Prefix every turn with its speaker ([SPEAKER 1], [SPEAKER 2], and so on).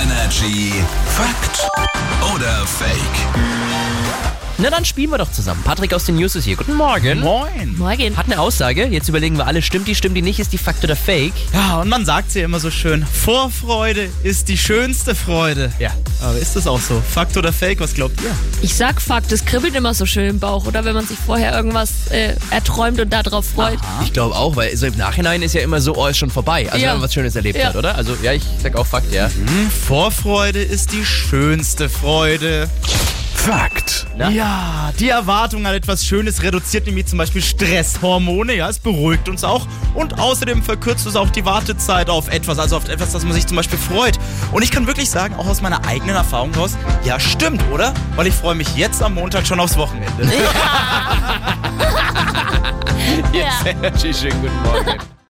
[SPEAKER 1] Energy Fakt oder Fake?
[SPEAKER 2] Na dann spielen wir doch zusammen. Patrick aus den News ist hier. Guten Morgen.
[SPEAKER 3] Moin.
[SPEAKER 4] Morgen.
[SPEAKER 2] Hat eine Aussage. Jetzt überlegen wir alle, stimmt die, stimmt die nicht, ist die Fakt oder Fake?
[SPEAKER 3] Ja, und man sagt ja immer so schön, Vorfreude ist die schönste Freude. Ja. Aber ist das auch so? Fakt oder Fake, was glaubt ihr?
[SPEAKER 4] Ich sag Fakt, es kribbelt immer so schön im Bauch, oder? Wenn man sich vorher irgendwas äh, erträumt und darauf freut.
[SPEAKER 2] Ich glaube auch, weil so im Nachhinein ist ja immer so, oh, ist schon vorbei. Also
[SPEAKER 4] Ja.
[SPEAKER 2] wenn man was Schönes erlebt
[SPEAKER 4] Ja.
[SPEAKER 2] hat, oder? Also ja, ich sag auch Fakt, ja.
[SPEAKER 3] Hm, Vorfreude ist die schönste Freude.
[SPEAKER 1] Fakt.
[SPEAKER 2] Ja.
[SPEAKER 3] Ja, die Erwartung an etwas Schönes reduziert nämlich zum Beispiel Stresshormone, ja, es beruhigt uns auch und außerdem verkürzt es auch die Wartezeit auf etwas, also auf etwas, das man sich zum Beispiel freut. Und ich kann wirklich sagen, auch aus meiner eigenen Erfahrung heraus, ja stimmt, oder? Weil ich freue mich jetzt am Montag schon aufs Wochenende.
[SPEAKER 4] Ja.
[SPEAKER 2] Tschüss, schönen guten Morgen.